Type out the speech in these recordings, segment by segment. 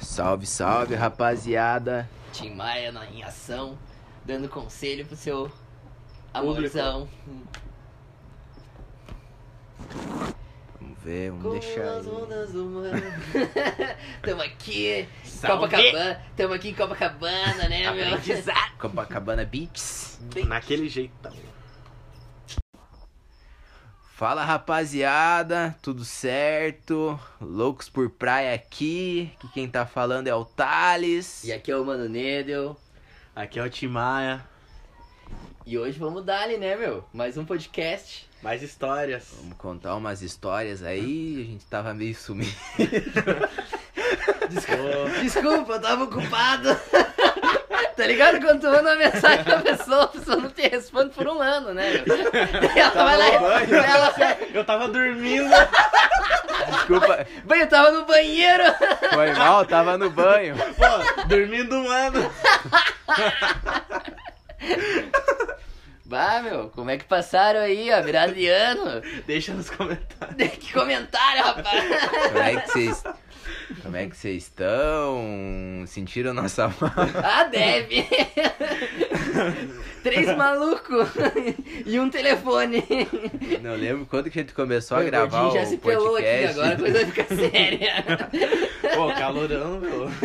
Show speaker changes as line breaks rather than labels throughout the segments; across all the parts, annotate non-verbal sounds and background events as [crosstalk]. Salve, salve, rapaziada.
Tim Maia na- em ação, dando conselho pro seu amorzão.
Vamos ver, vamos
Como
deixar.
as
aí.
ondas do mar. [laughs] tamo aqui,
Salve!
Copacabana. Tamo aqui em Copacabana, né, meu?
Aprendizado.
Copacabana Beats.
Naquele jeitão.
Fala, rapaziada. Tudo certo? Loucos por praia aqui. Que quem tá falando é o Thales.
E aqui é o Mano Nedel.
Aqui é o Tim Maia.
E hoje vamos dar-lhe, né, meu? Mais um podcast.
Mais histórias.
Vamos contar umas histórias aí. A gente tava meio sumido. [laughs]
Ô,
Desculpa, eu tava ocupado. [laughs] tá ligado? Quando tu manda uma mensagem pra pessoa, a pessoa não te responde por um ano, né?
[laughs]
meu? Daí Ela vai lá e ela...
Eu tava dormindo.
Desculpa,
Bem, eu tava no banheiro.
foi mal, tava no banho.
Pô, dormindo, um mano.
Bah, meu, como é que passaram aí, ó, virada de ano?
Deixa nos comentários.
Que comentário, rapaz!
Como é que vocês. Como é que vocês estão? Sentiram nossa [laughs] mão?
Ah, deve! Três malucos e um telefone.
Não lembro quando que a gente começou a
O
gravar
gordinho já
o
se pelou aqui
podcast.
agora, a coisa fica séria.
Pô, calorão, meu. [laughs]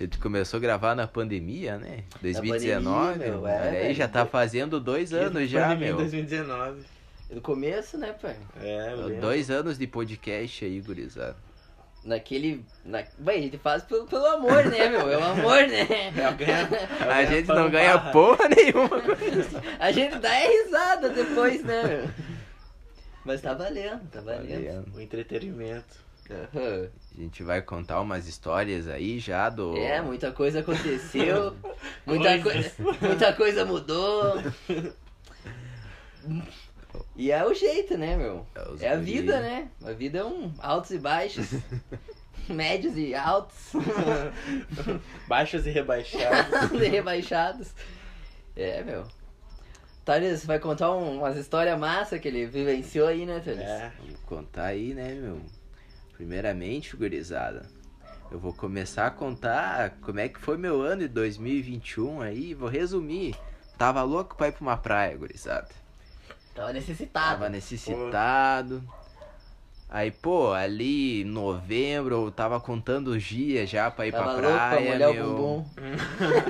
A gente começou a gravar na pandemia, né? 2019.
pandemia, meu, é,
olha aí,
velho.
já tá fazendo dois anos já,
Pandemia
meu.
2019.
No começo, né, pai?
É, eu lembro.
Dois anos de podcast aí, gurizada.
Naquele. Na... Bem, a gente faz pelo, pelo amor, né, meu? É o amor, né?
É o ganha- é o
A
ganha
gente
pão
não ganha
barra. [laughs]
porra nenhuma.
A gente dá é risada depois, né, meu? Mas tá valendo, tá valendo.
Olha,
O entretenimento. [laughs]
Aham.
A gente vai contar umas histórias aí já do.
É, muita
[laughs]
coisa aconteceu, muita,
Coisas.
coi- muita coisa mudou. E é o jeito, né, meu?
É os
É a
guri.
vida, né? A vida é um altos
[laughs]
e baixos, médios e altos, [laughs]
Baixos e rebaixados.
e rebaixados. É, meu. Thales vai contar um- umas histórias massa que ele vivenciou aí, né, Thales?
É.
Vamos contar aí, né, meu? Primeiramente, gurizada, eu vou começar a contar como é que foi meu ano de 2021 aí, vou resumir. Tava louco pra ir pra uma praia, gurizada.
Tava necessitado.
Tava necessitado. Aí, pô, ali em novembro, eu tava contando os dias já pra ir pra
Tava louco
praia,
pra molhar
meu.
o
[laughs]
bumbum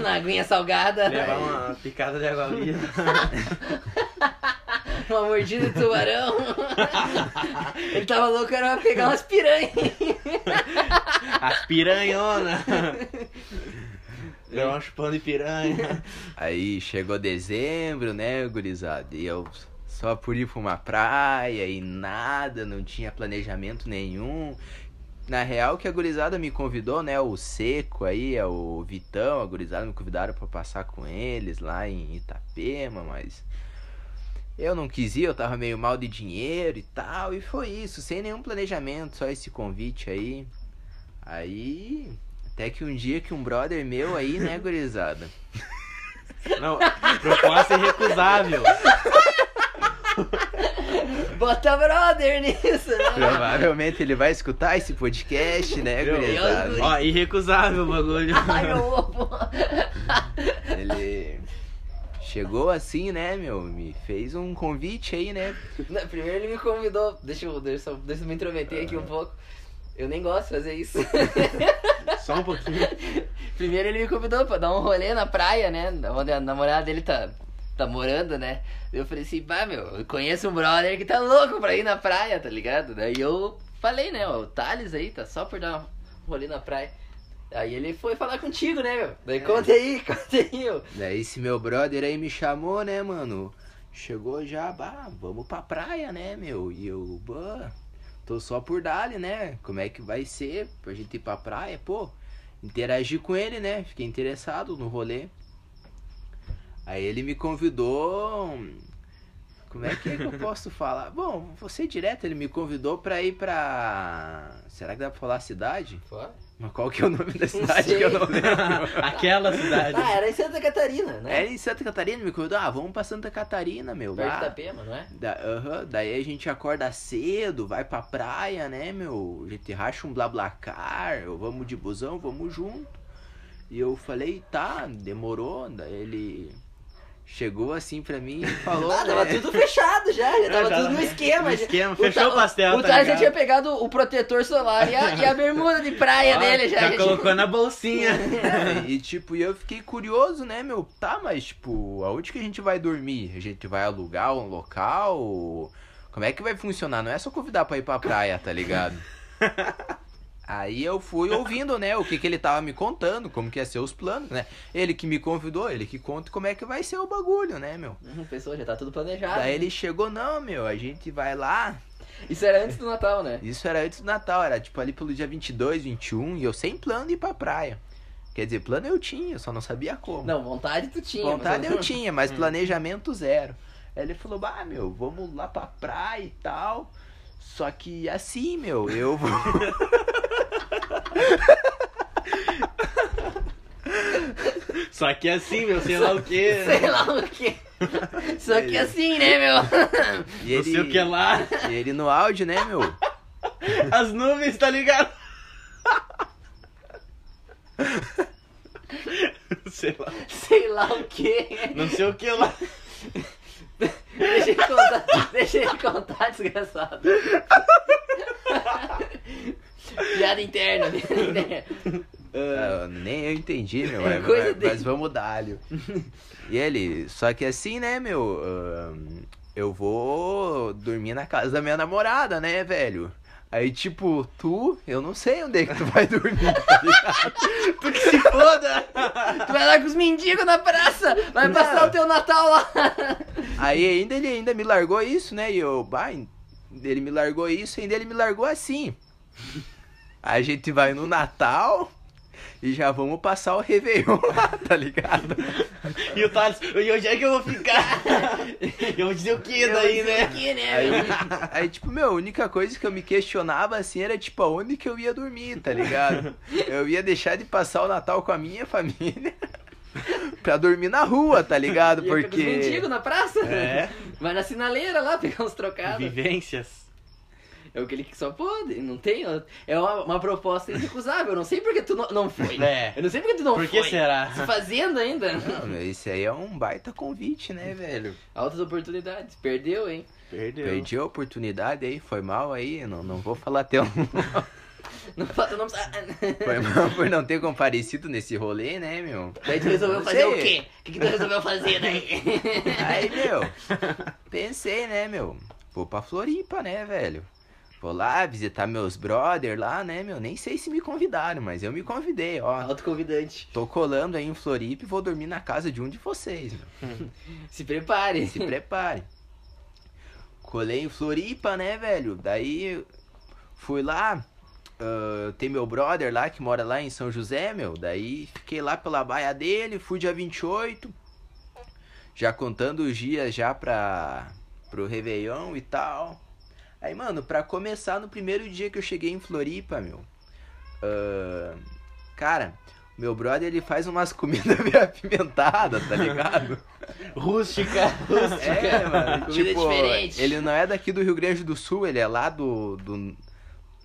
na aguinha salgada,
Levar um uma picada de água ali.
uma Um mordida de tubarão. Ele tava louco, era pra pegar umas piranhas.
[laughs]
As piranhona. Levar um chupão de piranha.
Aí chegou dezembro, né, gurizada? E eu só por ir pra uma praia e nada, não tinha planejamento nenhum. Na real, que a gurizada me convidou, né? O Seco aí, é o Vitão, a gurizada me convidaram pra passar com eles lá em Itapema, mas. Eu não quis ir, eu tava meio mal de dinheiro e tal, e foi isso, sem nenhum planejamento, só esse convite aí. Aí. Até que um dia que um brother meu aí, né, gurizada?
Não, proposta irrecusável.
Bota brother nisso, né?
Provavelmente ele vai escutar esse podcast,
É
né,
Meu,
gurizada?
eu-
Ó, irrecusável o bagulho.
Ai, meu ovo.
Ele chegou assim, né, meu? Me fez um convite aí, né?
Não, Primeiro ele me convidou. Deixa eu, deixa eu, deixa eu me intrometer aqui um pouco. Eu nem gosto de fazer isso.
[laughs] Só um pouquinho.
Primeiro ele me convidou pra dar um rolê na praia, né? Onde a namorada dele tá, tá morando, né? Eu falei assim, pá, meu, eu conheço um brother que tá louco pra ir na praia, tá ligado? Daí eu falei, né, ó, o Thales aí tá só por dar um rolê na praia. Aí ele foi falar contigo, né, meu? Daí conta aí, [laughs] conta aí, meu.
Daí esse meu brother aí me chamou, né, mano? Chegou já, bah, vamos pra praia, né, meu? E eu, bah, tô só por dali, né? Como é que vai ser pra gente ir pra praia? Pô, interagi com ele, né? Fiquei interessado no rolê. Aí ele me convidou. Como é que, é que eu posso [laughs] falar? Bom, você direto, ele me convidou pra ir pra. Será que dá pra falar a cidade?
Fora?
Mas qual que é o nome da
sei.
cidade que eu não
[laughs]
lembro?
[laughs] Aquela cidade.
Ah, era em Santa Catarina, né?
É em Santa Catarina, me convidou. Ah, vamos pra Santa Catarina, meu.
Perto
lá.
da Pema, não é?
Da- aham, Daí a gente acorda cedo, vai pra praia, né, meu? A gente racha um blablacar, eu vamos de busão, vamos junto. E eu falei, tá, demorou. Daí ele chegou assim pra mim e falou.
[laughs] Ah, tava
né?
tudo fechado já, já tava
já
tudo no
tava-
esquema.
né? no
já.
esquema, fechou
Ta-
o pastel,
O
tá
Thales já
ligado?
tinha pegado o protetor solar e a, e a bermuda de praia
Ó,
dele já. já tinha-
colocou na bolsinha.
É, e tipo, e eu fiquei curioso, né, meu? Tá, mas tipo, aonde que a gente vai dormir? A gente vai alugar um local? Como é que vai funcionar? Não é só convidar pra ir pra praia, tá ligado? Aí eu fui ouvindo, né, o que que ele tava me contando, como que ia ser os planos, né? Ele que me convidou, ele que conta como é que vai ser o bagulho, né, meu?
Hum, Pessoal, já tá tudo planejado.
Daí ele chegou, não, meu, a gente vai lá,
Isso era antes do Natal, né?
isso era antes do Natal, era tipo ali pelo dia 22, 21, e eu sem plano de ir pra praia. Quer dizer, plano eu tinha, só não sabia como.
Não, vontade tu tinha. mas
Vontade eu tinha, mas
Hum.
planejamento zero. Aí ele falou, bah, meu, vamos lá pra praia e tal. Só que assim, meu, eu vou.
[laughs] Só que assim, meu, sei lá o quê.
[laughs] Sei lá o que.
[laughs]
Só que assim, né, meu? [laughs]
E
Não
ele,
sei o que é lá.
e ele no áudio, né,
[laughs]
meu?
As nuvens, tá ligado? [laughs] sei lá.
Sei lá o que.
Não sei o que lá.
Deixa ele contar, [laughs] deixa ele contar, desgraçado. [laughs] Piada interna, piada interna.
É.
Ah, nem eu entendi, meu.
É
mas-
coisa
mas,
dele.
mas vamos dar
[laughs]
E ele, só que assim, né, meu? ahn, eu vou dormir na casa da minha namorada, né, velho? Aí, tipo, tu, eu não sei onde é que tu vai [laughs] dormir. tá ligado? tu que se foda!
Tu vai lá com os mendigos na praça, vai passar o teu Natal lá.
Aí ainda ele ainda me largou isso, né? E eu, bah, ele me largou isso, ainda ele me largou assim. A gente vai no Natal e já vamos passar o Réveillon [laughs] lá, tá ligado?
E o Thales, e onde é que eu vou ficar? [laughs] Eu vou dizer o que daí, né?
Aqui, né,
Aí,
meu?
aí, tipo, meu, a única coisa que eu me questionava assim era, tipo, aonde que eu ia dormir, tá ligado? Eu ia deixar de passar o Natal com a minha família [laughs] pra dormir na rua, tá ligado?
Ia pegar os
Porque.
mendigos na praça?
É,
Vai na sinaleira lá pegar uns trocados.
vivências.
É o que ele só pode, não tem. É uma, uma proposta irrecusável. Eu não sei porque tu não, não foi.
É.
Eu não sei porque tu não
Por
foi.
que
é-
será?
Se fazendo ainda.
Não, meu, Esse aí é um baita convite, né, velho?
Altas oportunidades. Perdeu, hein?
Perdeu.
Perdi a oportunidade aí, foi mal aí, não, não vou falar teu [laughs] nome.
Não falta ah, não precisa.
Foi mal por não ter comparecido nesse rolê, né, meu?
Daí tu resolveu
Não
fazer o
sei.
quê? O que, que tu resolveu fazer daí?
Aí, meu, pensei, né, meu, vou pra Floripa, né, velho? Vou lá visitar meus brother lá, né, meu? Nem sei se me convidaram, mas eu me convidei, ó.
Autoconvidante.
Tô colando aí em Floripa e vou dormir na casa de um de vocês, meu.
Se prepare.
Se prepare. Colei em Floripa, né, velho? Daí fui lá. ah, tem meu brother lá que mora lá em São José, meu. Daí fiquei lá pela baia dele, fui dia 28. Já contando os dias já pra, pro Réveillon e tal. Aí, mano, pra começar, no primeiro dia que eu cheguei em Floripa, meu. ah, cara, meu brother ele faz umas [laughs] comidas meio apimentadas, tá ligado?
Rústica. [laughs]
É, mano.
Comida
tipo,
diferente.
ele não é daqui do Rio Grande do Sul, ele é lá do, do-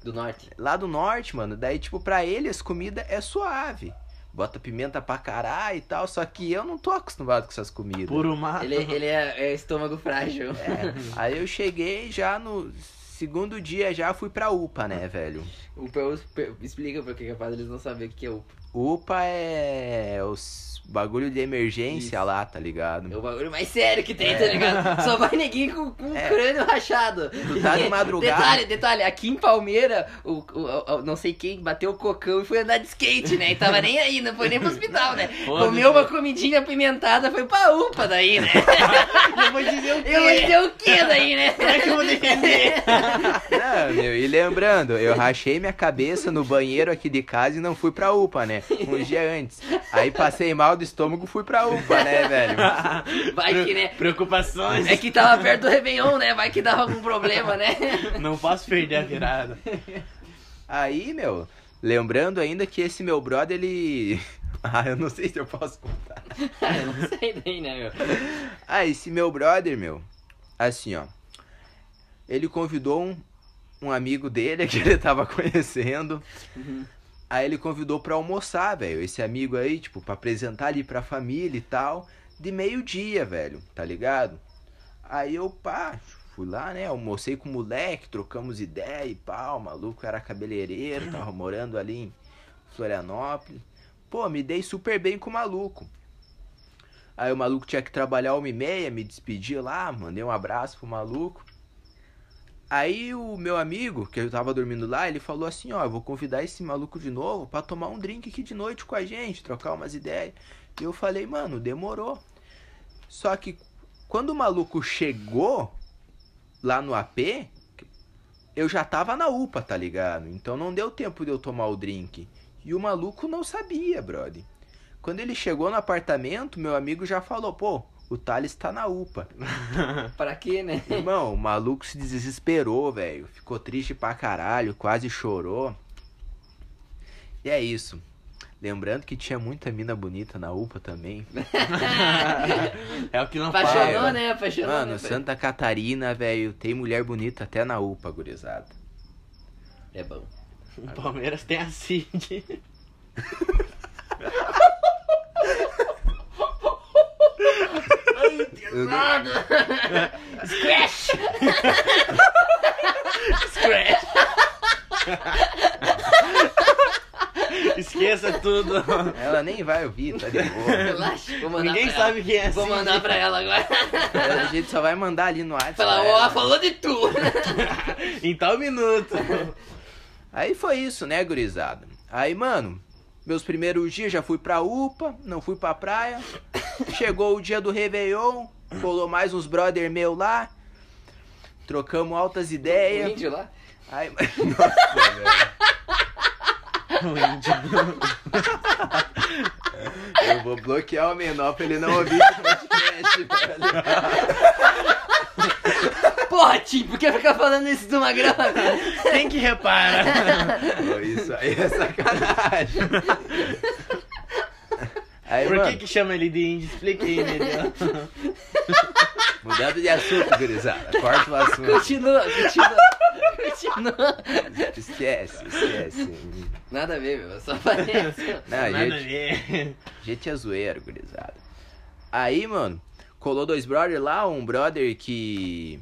Do norte.
lá do norte, mano. Daí, tipo, pra ele as comida é suave. Bota pimenta pra caralho e tal, só que eu não tô acostumado com essas comidas.
Puro mato.
Ele, ele é, é estômago frágil.
É. Aí eu cheguei já no segundo dia, já fui pra UPA, né, velho?
O Peu explica porque capaz eles não sabem o que é o
UPA é os bagulho de emergência
Isso.
lá, tá ligado?
É o bagulho mais sério que tem, tá ligado? Só vai neguinho com, com o
É.
crânio rachado.
Tu tá de madrugada.
Detalhe, detalhe, aqui em Palmeira, o, o- o- não sei quem bateu o cocão e foi andar de skate, né? E tava nem aí, não foi nem pro hospital, né?
[laughs] Foda-se.
Comeu uma comidinha apimentada, foi pra UPA daí, né?
Eu vou dizer o quê?
é um Eu
[laughs]
vou dizer o que daí, né?
Como é que eu vou defender?
Não, meu, e lembrando, eu rachei minha cabeça no banheiro aqui de casa e não fui pra UPA, né? Um dia antes. Aí passei mal do estômago, fui pra UPA, né, velho?
[laughs] Vai que, né?
Preocupações.
É que tava perto do Réveillon, né? Vai que dava algum problema, né?
Não posso perder a virada.
Aí, meu, lembrando ainda que esse meu brother, ele. [laughs] Ah, eu não sei se eu posso contar.
É.
Ah, eu [laughs] não sei nem, né, meu?
Ah, esse meu brother, meu, assim, ó. Ele convidou um, um amigo dele [laughs] que ele tava conhecendo. Aí ele convidou pra almoçar, velho. Esse amigo aí, tipo, pra apresentar ali pra família e tal. De meio-dia, velho, tá ligado? Aí eu, pá, fui lá, né? Almocei com o moleque, trocamos ideia e pá. O maluco era cabeleireiro, tava morando ali em Florianópolis. Pô, me dei super bem com o maluco. Aí o maluco tinha que trabalhar uma e meia, me despedi lá, mandei um abraço pro maluco. Aí o meu amigo, que eu tava dormindo lá, ele falou assim, ó, eu vou convidar esse maluco de novo pra tomar um drink aqui de noite com a gente, trocar umas ideias. E eu falei, mano, demorou. Só que quando o maluco chegou lá no AP, eu já tava na UPA, tá ligado? Então não deu tempo de eu tomar o drink. E o maluco não sabia, brother. Quando ele chegou no apartamento, meu amigo já falou, pô, o Thales tá na UPA.
[laughs]
É.
Pra quê, né?
Irmão, o maluco se desesperou, velho. Ficou triste pra caralho, quase chorou. E é isso. Lembrando que tinha muita mina bonita na UPA também.
[laughs]
É o que não
Apaixonou,
fala.
né? Apaixonou.
Mano,
né?
Santa Catarina, velho, tem mulher bonita até na UPA, gurizada.
É bom.
O Palmeiras tem a Cid. [laughs]
Crash!
Scratch. Esqueça tudo.
Ela nem vai ouvir, tá de boa.
[laughs] Relaxa. Vou mandar
Ninguém
pra
sabe quem é
ela. Vou
Cid.
mandar pra [laughs] ela agora.
A gente só vai mandar ali no WhatsApp.
Falar,
pra
ó,
ela.
falou de
[laughs]
tu.
[laughs] em tal minuto.
Aí foi isso, né, gurizada? Aí, mano, meus primeiros dias já fui pra UPA, não fui pra praia. [coughs] Chegou o dia do Réveillon, colou mais uns brother meu lá. Trocamos altas
O
ideias.
índio lá.
Aí, [laughs] nossa, velho.
O índio.
Eu vou bloquear o menor pra ele não ouvir esse podcast, velho.
Porra, Tim, por que ficar falando isso do Magrão?
Quem que
[laughs]
repara?
Pô, Isso [laughs] aí é sacanagem. Aí,
Por que
mano,
que chama ele de índio? Explica aí, [laughs] entendeu?
mudando de assunto, gurizada. Corta o
[laughs]
assunto.
Continua, continua. Continua.
Esquece, esquece.
Nada a ver, meu. eu Só aparece.
Não, a gente...
Nada a ver.
Gente é zoeiro, gurizada. Aí, mano, colou dois brother lá, um brother que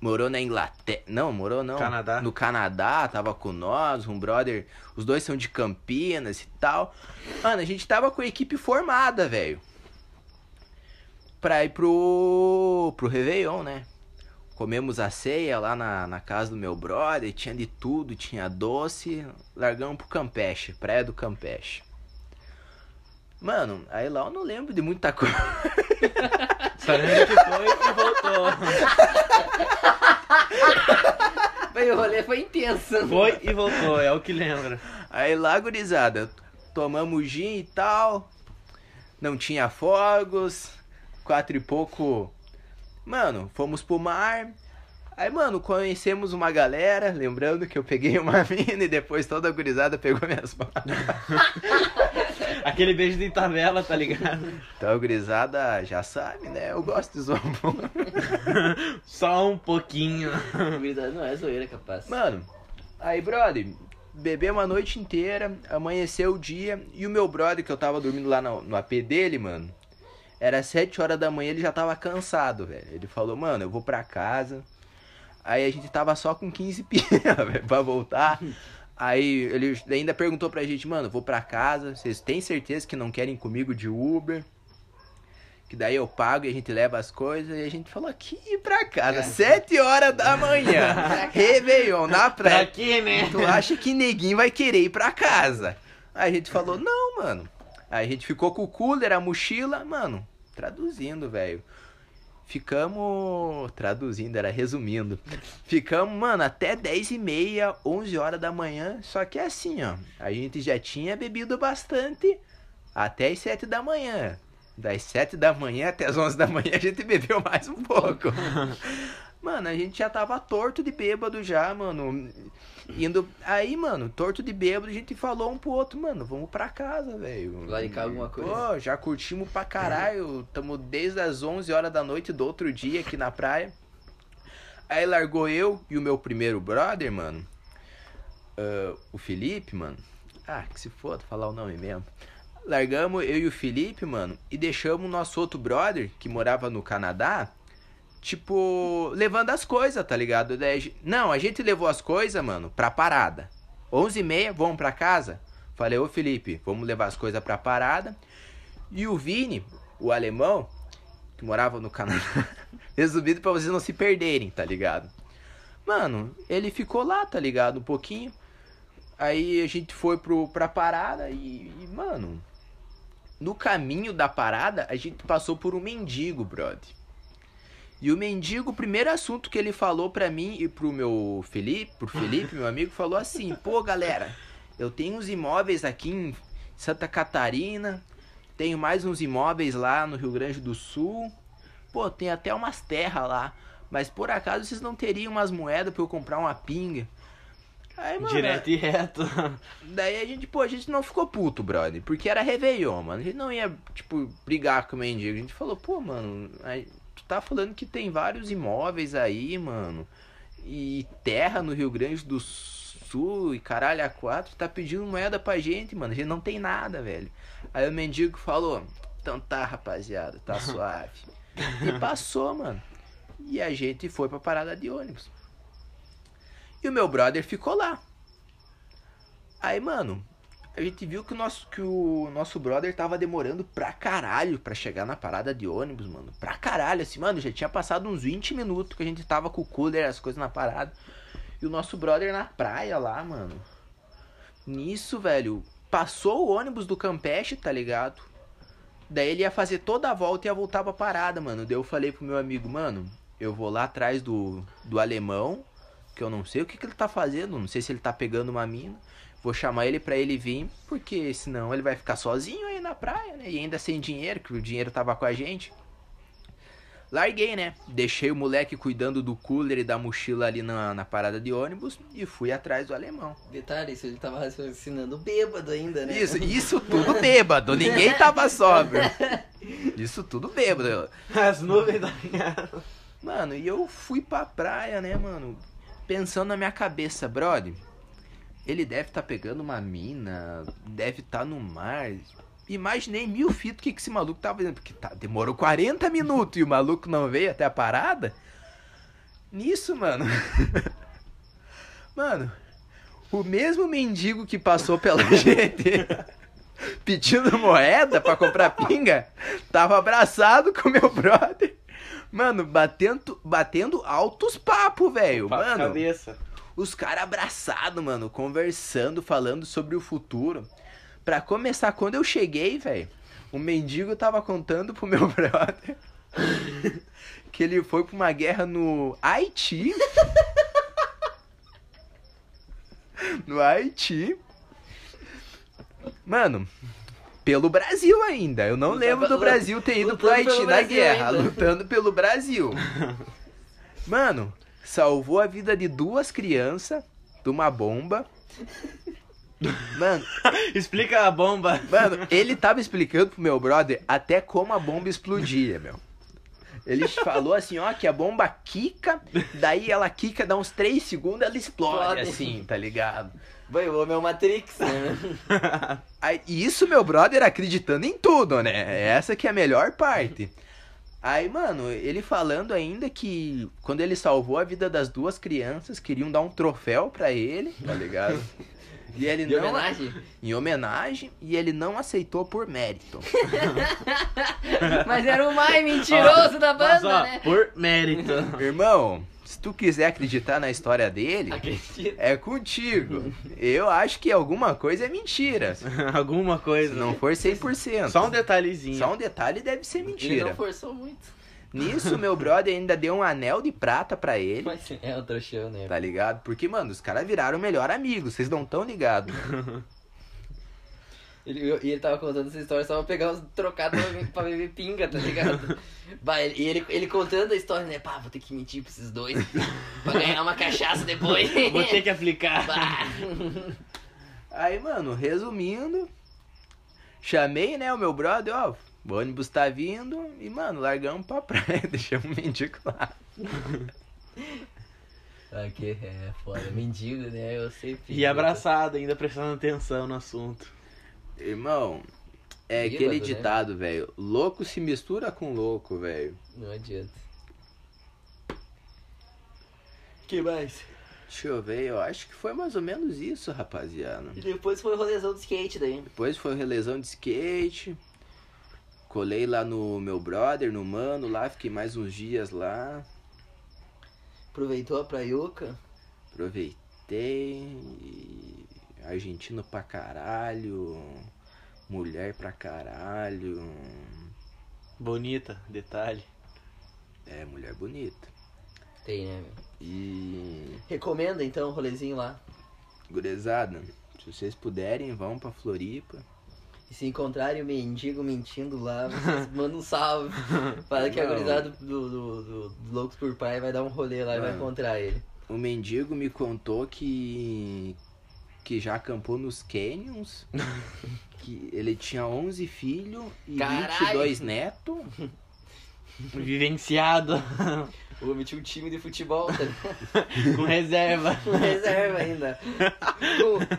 morou na Inglaterra. Não, morou não.
Canadá.
No Canadá, tava com nós, um brother. Os dois são de Campinas e tal. Mano, a gente tava com a equipe formada, velho. Pra ir pro. pro Réveillon, né? Comemos a ceia lá na, na casa do meu brother, tinha de tudo, tinha doce. Largamos pro Campeche, praia do Campeche. Mano, aí lá eu não lembro de muita [laughs] coisa.
Só lembra que foi e voltou.
Foi, o rolê foi intenso.
Foi e voltou, é o que lembra.
Aí lá, gurizada, tomamos gin e tal. Não tinha fogos. Quatro e pouco. Mano, fomos pro mar. Aí, mano, conhecemos uma galera. Lembrando que eu peguei uma [laughs] mina e depois toda a gurizada pegou minhas [laughs] malas.
Aquele beijo de tabela, tá ligado?
Então a gurizada já sabe, né? Eu gosto de zoar um pouco.
Só um pouquinho.
Verdade, Não, é zoeira, capaz.
Mano, aí, brother, bebemos a noite inteira, amanheceu o dia, e o meu brother, que eu tava dormindo lá no, no AP dele, mano, era sete horas da manhã, ele já tava cansado, velho. Ele falou, mano, eu vou pra casa. Aí a gente tava só com 15 [laughs] pila, velho, pra voltar. Aí ele ainda perguntou pra gente, mano, vou pra casa, vocês têm certeza que não querem ir comigo de Uber? Que daí eu pago e a gente leva as coisas. E a gente falou aqui pra casa,
É.
sete horas da manhã. Réveillon na
Pra
praia.
quê,
[laughs]
né?
Tu acha que neguinho vai querer ir pra casa? Aí a gente falou, não, mano. Aí a gente ficou com o cooler, a mochila, mano, traduzindo, velho. Ficamos, traduzindo, era resumindo. Ficamos, mano, até 10 e meia, 11 horas da manhã. Só que é assim, ó. A gente já tinha bebido bastante até as 7 da manhã. Das 7 da manhã até as 11 da manhã a gente bebeu mais um
[laughs]
pouco. Mano, a gente já tava torto de bêbado já, mano. Indo. Aí, mano, torto de bêbado, a gente falou um pro outro, mano, vamos pra casa, velho.
Laricar alguma coisa.
Pô, já curtimos pra caralho. Tamo desde as 11 horas da noite do outro dia aqui na praia. Aí largou eu e o meu primeiro brother, mano. ah, o Felipe, mano. Ah, que se foda falar o nome mesmo. Largamos eu e o Felipe, mano, e deixamos o nosso outro brother, que morava no Canadá, tipo, levando as coisas, tá ligado? Daí a gen- Não, a gente levou as coisas, mano, pra parada. 11h30, vamos pra casa? Falei, ô Felipe, vamos levar as coisas pra parada. E o Vini, o alemão, que morava no Canadá, resumido pra vocês não se perderem, tá ligado? Mano, ele ficou lá, tá ligado? Um pouquinho. Aí a gente foi pro, pra parada e, e, mano, no caminho da parada, a gente passou por um mendigo, brother. E o mendigo, o primeiro assunto que ele falou pra mim e pro meu Felipe, pro Felipe, meu amigo, falou assim: pô, galera, eu tenho uns imóveis aqui em Santa Catarina, tenho mais uns imóveis lá no Rio Grande do Sul, pô, tem até umas terras lá, mas por acaso vocês não teriam umas moedas pra eu comprar uma pinga? Aí, mano,
Direto e reto.
Daí a gente, pô, a gente não ficou puto, brother, porque era Réveillon, mano. A gente não ia, tipo, brigar com o mendigo. A gente falou, pô, mano, aí tu tá falando que tem vários imóveis aí, mano, e terra no Rio Grande do Sul e caralho a quatro, tá pedindo moeda pra gente, mano. A gente não tem nada, velho. Aí o mendigo falou, então tá, rapaziada, tá suave. e passou, mano. E a gente foi pra parada de ônibus. E o meu brother ficou lá. Aí, mano, a gente viu que o nosso, que o nosso brother tava demorando pra caralho pra chegar na parada de ônibus, mano. Pra caralho, assim, mano, já tinha passado uns 20 minutos que a gente tava com o cooler, as coisas na parada. E o nosso brother na praia lá, mano. Nisso, velho, passou o ônibus do Campeche, tá ligado? Daí ele ia fazer toda a volta e ia voltar pra parada, mano. Daí eu falei pro meu amigo, mano, eu vou lá atrás do, do alemão, que eu não sei o que, que ele tá fazendo, não sei se ele tá pegando uma mina. Vou chamar ele pra ele vir, porque senão ele vai ficar sozinho aí na praia, né? E ainda sem dinheiro, que o dinheiro tava com a gente. Larguei, né? Deixei o moleque cuidando do cooler e da mochila ali na, na parada de ônibus e fui atrás do alemão.
Detalhe, isso ele tava raciocinando bêbado ainda, né?
Isso, isso tudo bêbado, ninguém tava sóbrio. Isso tudo bêbado.
As nuvens da minha.
Mano, e eu fui pra praia, né, mano? Pensando na minha cabeça, brother. Ele deve tá pegando uma mina, deve tá no mar. Imaginei mil fitos o que, que esse maluco tava fazendo. Porque tá, demorou 40 minutos e o maluco não veio até a parada. Nisso, mano. [laughs] mano, o mesmo mendigo que passou pela [laughs] gente pedindo moeda pra comprar pinga, tava abraçado com meu brother. Mano, batendo, batendo altos papos, velho.
Papo
Mano,
Cabeça.
os caras abraçados, mano, conversando, falando sobre o futuro. Pra começar, quando eu cheguei, velho, o mendigo tava contando pro meu [laughs] brother que ele foi pra uma guerra no Haiti. [laughs] no Haiti. Mano, pelo Brasil ainda. Eu não
Lutava-
lembro do
lu-
Brasil ter ido pro
lutando pelo
Haiti na
Brasil
guerra,
ainda.
lutando pelo
[laughs]
Brasil. Mano, salvou a vida de duas crianças de uma
[laughs]
bomba. Mano,
Explica a bomba.
mano, ele tava explicando pro meu brother até como a bomba explodia, meu. Ele falou assim, ó, que a bomba quica, daí ela quica, dá uns 3 segundos, ela explode,
Explode.
assim, tá ligado?
Vai, o homem é o Matrix, né?
[laughs] Aí, e isso, meu brother, acreditando em tudo, né? Essa que é a melhor parte. Aí, mano, ele falando ainda que quando ele salvou a vida das duas crianças, queriam dar um troféu pra ele, tá ligado? E ele
De
é?
não,
homenagem.
em homenagem, e ele não aceitou por mérito. [laughs]
Mas era o mais mentiroso da
Mas,
banda,
ó,
né?
por mérito.
Irmão, se tu quiser acreditar na história dele,
Acredito.
é contigo. Eu acho que alguma coisa é mentira. Se
Alguma coisa.
não for 100%.
Só um detalhezinho.
Só um detalhe deve ser
Ele
mentira.
não forçou muito.
Nisso, meu brother ainda deu um anel de prata pra ele.
Mas é o trouxão, né?
Tá ligado? Porque, mano, os caras viraram o melhor amigo, vocês não tão ligados.
Ele, eu- e ele tava contando essa história só pra pegar uns trocados pra, be- pra beber pinga, tá ligado? Bah, ele- e ele, ele contando a história, né? Pá, vou ter que mentir pra esses dois pra ganhar uma cachaça depois.
um
Vou ter que aplicar.
Bah.
Aí, mano, resumindo, chamei, né, o meu brother, ó, o ônibus tá vindo e, mano, largamos pra praia, [laughs] deixamos o mendigo lá.
Aqui é foda, mendigo, né? Eu sei.
E abraçado, ainda prestando atenção no assunto.
Irmão, é
Bêbado,
aquele
né?
ditado, velho, louco se mistura com louco, velho.
Não adianta. que mais?
Deixa eu ver, eu acho que foi mais ou menos isso, rapaziada.
E depois foi o rolezão do skate daí.
Depois foi relesão de skate. Colei lá no meu brother, no mano, lá fiquei mais uns dias lá.
Aproveitou a praiuca.
Aproveitei. e Argentino pra caralho. Mulher pra caralho.
Bonita, detalhe.
É, mulher bonita.
Tem, né, meu?
E.
Recomenda então o rolezinho lá.
Gurizada, se vocês puderem, vão pra Floripa.
E se encontrarem o mendigo mentindo lá, [laughs] vocês mandam um salve. Fala que a
Não.
gurizada do, do, do- do Loucos por Pai vai dar um rolê lá e vai
Não.
encontrar ele.
O mendigo me contou que. que já acampou nos [laughs] canyons. que ele tinha 11 filhos e
Caralho!
22 netos.
Vivenciado,
O homem tinha um time de futebol, tá ligado?
com reserva.
Com reserva ainda.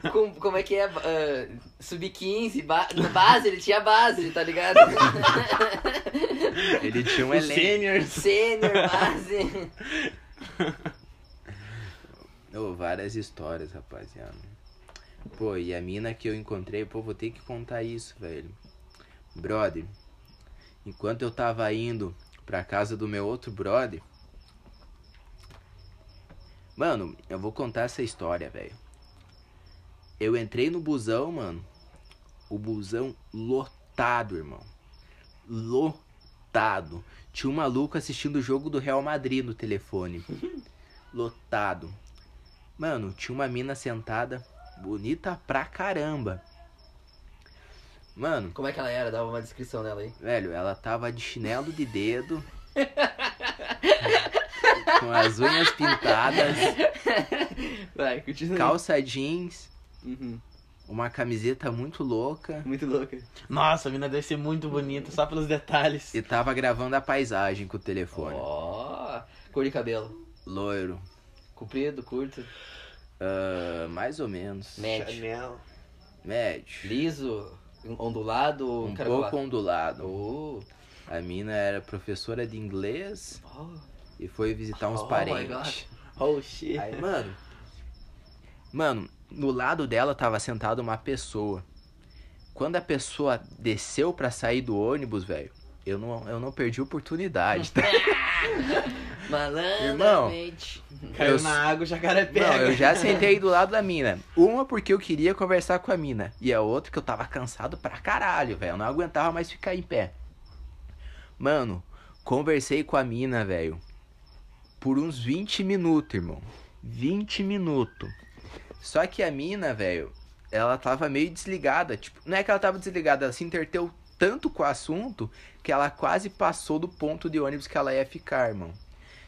Com, com- como é que é? Ah, Sub-15, ba base, ele tinha base, tá ligado?
Ele tinha um
Os
elenco.
seniors.
Sênior, base.
Ô, várias histórias, rapaziada. Pô, e a mina que eu encontrei, pô, vou ter que contar isso, velho. Brother, enquanto eu tava indo pra casa do meu outro brother. Mano, eu vou contar essa história, velho. Eu entrei no busão, mano. O busão lotado, irmão. Lotado. Tinha um maluco assistindo o jogo do Real Madrid no telefone. lotado. Mano, tinha uma mina sentada, bonita pra caramba. Mano,
Como é que ela era? Dava uma descrição dela aí.
Velho, ela tava de chinelo de
[laughs]
dedo. com as unhas pintadas,
Vai, continua.
calça jeans,
Uhum.
uma camiseta muito louca.
Muito louca. Nossa, a mina deve ser muito bonita, só pelos detalhes.
E tava gravando a paisagem com o telefone.
Ó, cor de cabelo.
Loiro.
Comprido, curto,
Ah, mais ou menos.
médio.
Chanel.
Médio.
Liso, ondulado ou
Um
caracolado?
pouco ondulado.
Oh,
A mina era professora de inglês
oh.
e foi visitar uns
Oh my
parentes.
Oh, shit.
Aí, mano. Mano, no lado dela tava sentada uma pessoa. Quando a pessoa desceu pra sair do ônibus, velho, eu não, eu não perdi a oportunidade, tá?
Malandramente.
Caiu
eu-
na água, o jacaré pega.
Não, eu já sentei do lado da mina. Uma porque eu queria conversar com a mina. E a outra que eu tava cansado pra caralho, velho. Eu não aguentava mais ficar em pé. Mano, conversei com a mina, velho. Por uns 20 minutos, irmão. 20 minutos. Só que a mina, velho, ela tava meio desligada. Tipo, não é que ela tava desligada, ela se interteu tanto com o assunto que ela quase passou do ponto de ônibus que ela ia ficar, irmão.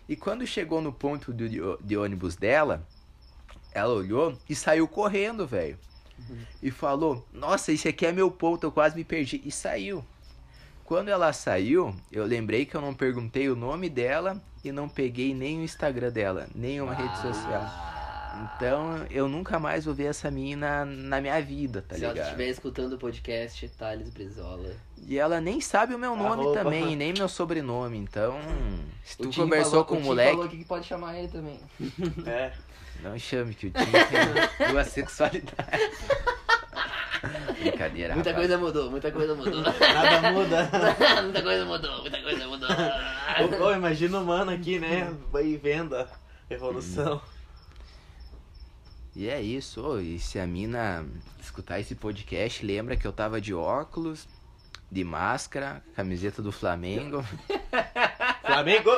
E quando chegou no ponto de, de- de ônibus dela, ela olhou e saiu correndo, velho. E falou: Nossa, esse aqui é meu ponto, eu quase me perdi. E saiu. Quando ela saiu, eu lembrei que eu não perguntei o nome dela e não peguei nem o Instagram dela, nem uma
Ah.
rede social. Então eu nunca mais vou ver essa mina na minha vida, tá
Se ela
ligado?
estiver escutando o podcast, Thales Brizola.
E ela nem sabe o meu nome
Arroba.
também, nem meu sobrenome. Então, se
O
tu
Tim
conversou
falou-
com
o
o
Tim
moleque,
falou aqui que pode chamar ele também.
É.
não chame que o Tim tem duas [laughs] sexualidades. Brincadeira,
Muita
rapaz.
coisa mudou, muita coisa mudou. [laughs]
Nada muda.
muita coisa mudou, muita coisa mudou.
Ô, ô, imagina o mano aqui, né? Vai e venda. Evolução.
E é isso, ô, e se a mina escutar esse podcast, lembra que eu tava de óculos, de máscara, camiseta do Flamengo.
Amigo!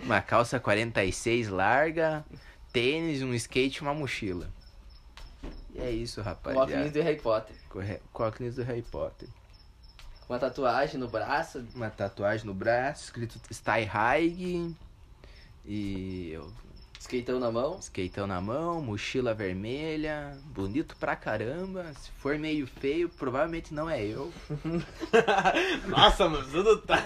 Uma calça 46 larga, tênis, um skate e uma mochila. E é isso,
O óculos
rapaziada.
do Harry Potter.
Corre- Com o óculos do Harry Potter.
Uma tatuagem no braço.
Uma tatuagem no braço, escrito Stay High. E eu
Skateão na mão.
Skateão na mão, mochila vermelha, bonito pra caramba. Se for meio feio, provavelmente não é eu.
Nossa, mano, tudo tá.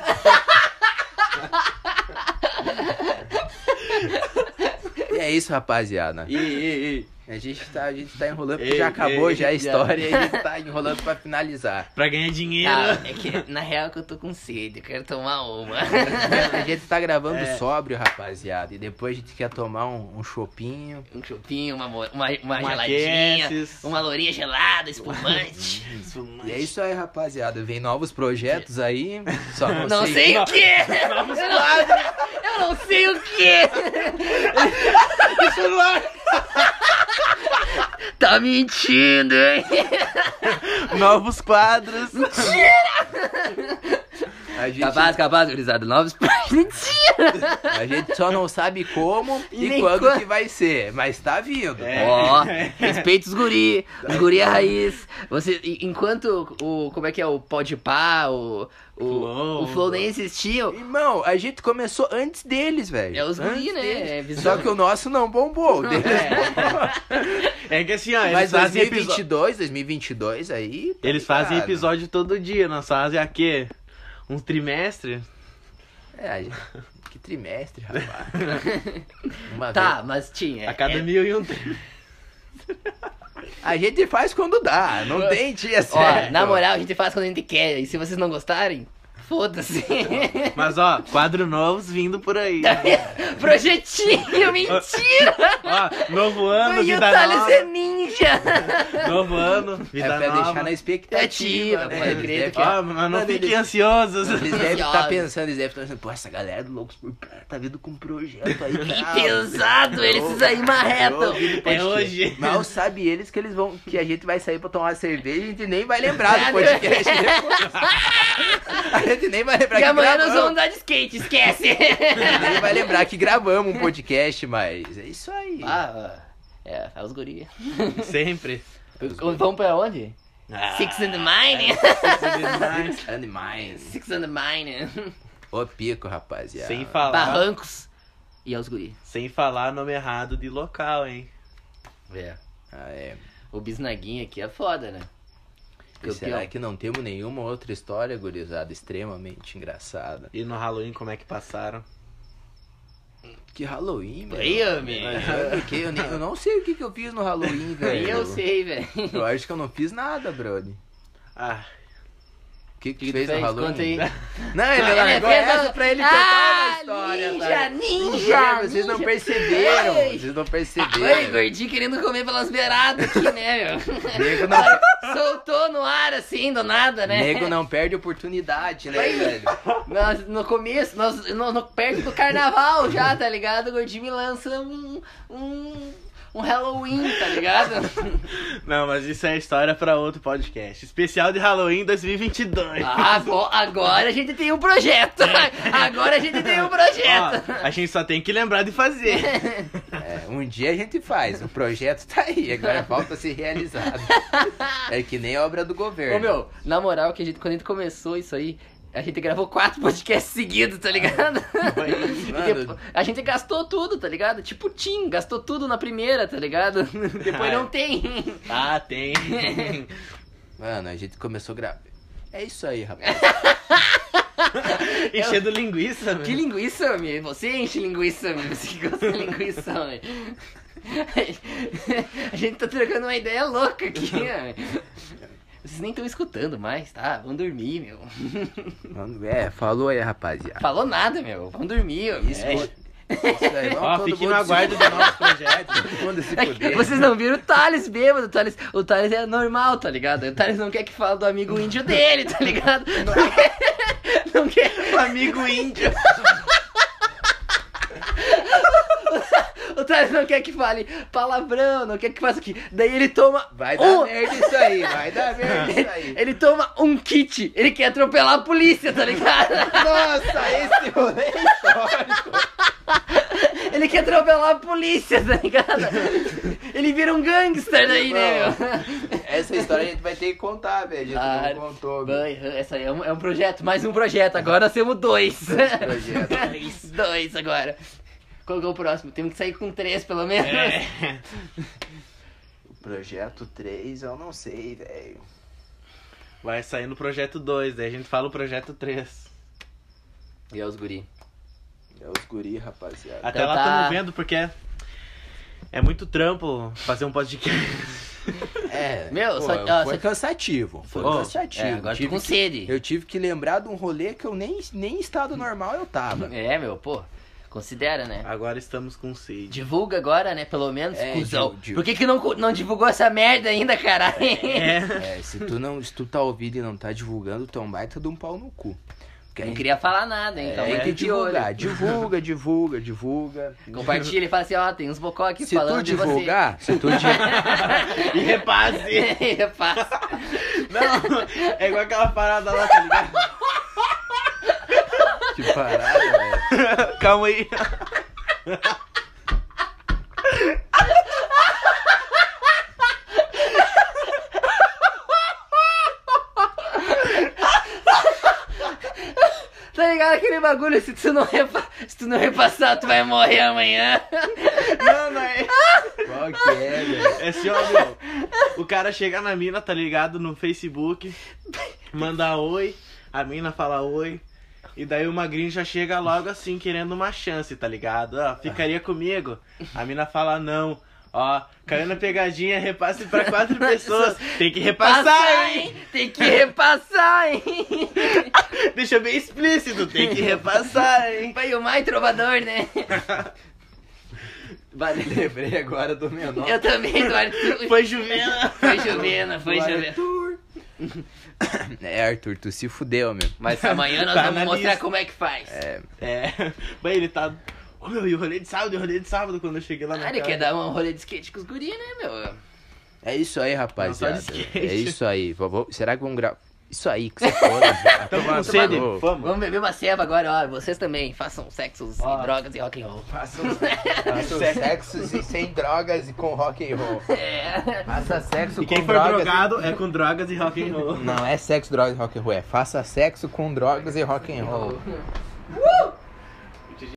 E é isso, rapaziada.
E, e, e.
A gente tá, a gente tá enrolando porque
Ei,
já acabou
ei,
já a
já.
história e a gente tá enrolando pra finalizar.
Pra ganhar dinheiro.
Tá,
[laughs]
é que na real que eu tô com sede, eu quero tomar uma.
A gente tá gravando
[laughs] É.
sóbrio, rapaziada. E depois a gente quer tomar um, um chopinho,
Um chupinho, uma, mo- uma, uma
Uma
geladinha,
Guesses.
uma lourinha gelada, espumante.
[laughs] Isso, mano.
E é isso aí, rapaziada. Vem novos projetos aí.
[laughs]
Só
Não
vocês-
sei o que! Eu não sei- [laughs] eu não sei o que!
é.
Tá mentindo, hein?
Novos quadros.
A gente,
Capaz, capaz, tá gurizada. Novos Mentira!
a gente só não sabe como
E
e
nem
quando
quando.
que vai ser, mas tá vindo.
É. [laughs]
Ó, respeita os guri, os guri é raiz. Você, e- enquanto o, como é que é, o Podpah, o, o,
Flow.
o Flow nem existiam,
Irmão, a gente começou antes deles, velho.
é os guri,
Antes
né? É
Só
visão.
que o nosso não bombou. o deles
É que assim, ó, eles
Mas
fazem episódio.
2022, 2022 aí. tá
Eles fazem
ligado.
episódio todo dia, nós fazem a quê? Um trimestre?
É, a gente- que trimestre,
[laughs]
rapaz. Uma
Tá, mas tinha.
A cada
é-
mil e um tri...
vez. A gente faz quando dá, não tem dia
Ó,
certo. É
na moral, a gente faz quando a gente quer. E se vocês não gostarem,
[laughs]
foda-se.
Mas ó, quadro novos vindo por aí.
[laughs]
Projetinho, mentira!
ó, novo ano,
E o
vida
Thales
nova.
é ninja!
Novo ano,
É
vida
pra
nova. é,
deixar na expectativa.
Expectativa,
né?
pode
Eles
crer,
devem-
tu
Ó, mas não
Não,
fiquem
eles-
ansiosos.
Eles devem estar
Ansiosos.
pensando, eles devem estar pensando, pô, essa galera do Loucos por Cá tá vindo com um projeto aí.
[laughs] Que
cara.
pesado, eles
Ah, Eu-
se aí
eu
marretam.
ouvi no
É
podcast.
hoje.
Mal sabe eles que eles vão. Que a gente vai sair pra tomar uma cerveja e a gente nem vai lembrar
[laughs]
do podcast depois. [laughs] A gente nem vai lembrar
E
que
amanhã nós
gravamos.
vamos andar de skate,
[laughs]
esquece!
A gente nem vai lembrar que gravamos um podcast, mas é isso aí.
ah, é, é os guri.
Sempre.
Vamos pra onde?
Ah. [laughs]
Six and the Mine? [laughs] tá.
Six Tá Animais.
Six and the Mine.
Ô pico, rapaziada.
Sem falar.
Barrancos. E é os guri.
Sem falar nome errado de local, hein?
É.
Ah, é.
O bisnaguinha aqui é foda, né?
E será
Campeão.
é que não temos nenhuma outra história, gurizada, extremamente engraçada?
E no Halloween como é que passaram?
Que Halloween, velho.
Aí, homem.
Mas, sabe o quê? Eu, nem- eu não sei o que, que eu fiz no Halloween, velho.
Aí É, eu sei, velho.
Eu acho que eu não fiz nada, brother.
[laughs] Ah,
O que, que,
Que
fez
tu
no
fez?
Halloween?
Conta aí.
[laughs]
É
Não, ele
Ele
largou
fez
essa
a-
pra ele
Ah,
contar a história.
ninja,
sabe?
ninja,
Ninja, Vocês não
ninja.
perceberam,
Ei.
vocês não
Ai,
perceberam.
gordinho querendo comer pelas beiradas aqui, né, meu?
Nego não,
[laughs] Soltou no ar assim, do nada, né?
nego não perde oportunidade, né, velho?
Nós, no começo, nós, no, no- perto do carnaval já, tá ligado? O gordinho me lança um, um, um Halloween, tá ligado?
não, mas isso é história pra outro podcast. Especial de Halloween 2022.
Ah, bom, agora a gente tem
[laughs]
um projeto. Agora a gente tem um projeto.
Ó, a gente só tem que lembrar
[laughs]
de fazer.
É, um dia a gente faz, o projeto tá aí, agora falta ser realizado. É que nem obra do governo.
Ô, meu, na moral, que a gente, quando a gente começou isso aí, a gente gravou quatro [laughs] podcasts seguidos, tá ligado? [laughs] E depo- a gente gastou tudo, tá ligado? Tipo Tim, gastou tudo na primeira, tá ligado? [laughs] Depois não tem.
Ah, [laughs] tem.
Mano, a gente começou a gravar. É isso aí,
[laughs]
rapaz.
Enchendo linguiça,
Que
velho.
linguiça, homem? Você enche linguiça, homem. Você que gosta de linguiça, [laughs] homem. A gente tá trocando uma ideia louca aqui, homem. Vocês nem estão escutando mais, tá? Vão dormir, meu. [laughs]
Mano, É, falou aí, rapaziada.
Falou nada, meu. Vão dormir, É. homem.
Isso, isso aí,
[laughs]
vamos
Ó,
todo
fique
mundo
no aguardo
se...
do
[laughs]
nosso projeto.
Todo mundo se
É que
fuder.
[laughs] Vocês não viram o Thales bêbado, o Thales, o Thales é normal, tá ligado? O Thales não quer que fale do amigo índio dele, tá
[laughs]
ligado? Não quer, não quer.
Amigo índio.
O contrário, não quer que fale palavrão, não quer que faça o que. Daí ele toma.
Vai dar
um-
merda isso aí, vai
[laughs]
dar merda isso aí.
Ele toma um kit, ele quer atropelar a polícia,
[laughs]
tá ligado?
Nossa, esse rolê é histórico.
Ele quer atropelar a polícia, tá
[laughs]
ligado? Ele vira um gangster daí, né, meu?
Essa história a gente vai ter que contar, velho. A gente
Claro.
não contou. meu.
Vai, Essa aí é um, é um projeto, mais um projeto. Agora nós temos dois.
Projeto.
dois. [laughs] dois agora. Qual que é o próximo? Temos que sair com três, pelo menos.
É.
O projeto 3, eu não sei, velho.
Vai sair no projeto 2, daí a gente fala o projeto 3.
E é os guri.
É os guri, rapaziada.
Até
Então
lá
tá.
estamos vendo, porque é, é muito trampo fazer um podcast.
É,
Meu,
pô,
só- ó,
foi
só-
cansativo. Foi
Ô,
cansativo.
É, agora tô
tive
com
que-
sede.
Eu tive que lembrar de um rolê que eu nem, nem em estado normal eu
[laughs]
tava. né?
É, meu, pô. Considera, né?
Agora estamos com sede.
Divulga agora, né? Pelo menos,
É,
cuzão.
divu- divu-
Por que, que não, cu- não divulgou essa merda ainda, caralho? [laughs]
É.
É, se tu não, se tu tá ouvindo e não tá divulgando, tu é um baita de um pau no cu. Porque
Não
aí-
queria falar nada, hein?
é,
Então
tem
é,
que
de olho.
divulgar, divulga, divulga, divulga.
Compartilha e fala assim, ó, tem uns bocó aqui
Se
falando
tu
de você. [laughs]
divulgar, se tu di-
E repasse!
É Repasse.
Não, é igual aquela parada lá, tá ligado?
que parada, velho.
[laughs] Calma aí.
Tá ligado aquele bagulho? Se tu, não repa... se tu não repassar, tu vai morrer amanhã.
Não, não é.
Qual que é, velho?
É assim, ó, meu. O cara chega na mina, tá ligado? No Facebook, manda oi, a mina fala oi. E daí o magrinho já chega logo assim, querendo uma chance, tá ligado? Ó, ficaria comigo. A mina fala não. Ó, caiu na pegadinha, repasse pra quatro pessoas. Tem que repassar,
Passar,
hein?
hein? Tem que repassar, hein?
Deixa bem explícito, tem que repassar, hein?
Pai, o mais trovador, né?
Vai, lembrei agora do meu nome.
Eu também, do Arthur.
Foi Juvena.
Foi Juvena, foi
Do
Juvena.
Arthur. É, Arthur, tu se fudeu, meu.
Mas amanhã nós
Tá
vamos
na
mostrar
lista.
como é que faz.
É,
É, mas ele tá. Ô meu, e o rolê de sábado, e o rolê de sábado quando eu cheguei lá na
Ah, ele
casa.
quer dar um rolê de skate com os guris, né, meu?
é isso aí, rapaziada.
Não, só de skate.
É isso aí. Vou- vou- será que vão gravar? Isso aí que você for, velho.
Tamo
Tomar
com sede,
no cu.
vamos.
Vamos beber uma ceva agora, ó. Vocês também façam sexos
Ó.
e drogas e rock and roll.
Faça sexos e sem drogas e com rock and roll.
É.
Faça sexo
E quem
com
for
drogas.
drogado é com drogas e rock and roll.
Não é sexo, drogas e rock and roll, é faça sexo com drogas e rock and roll.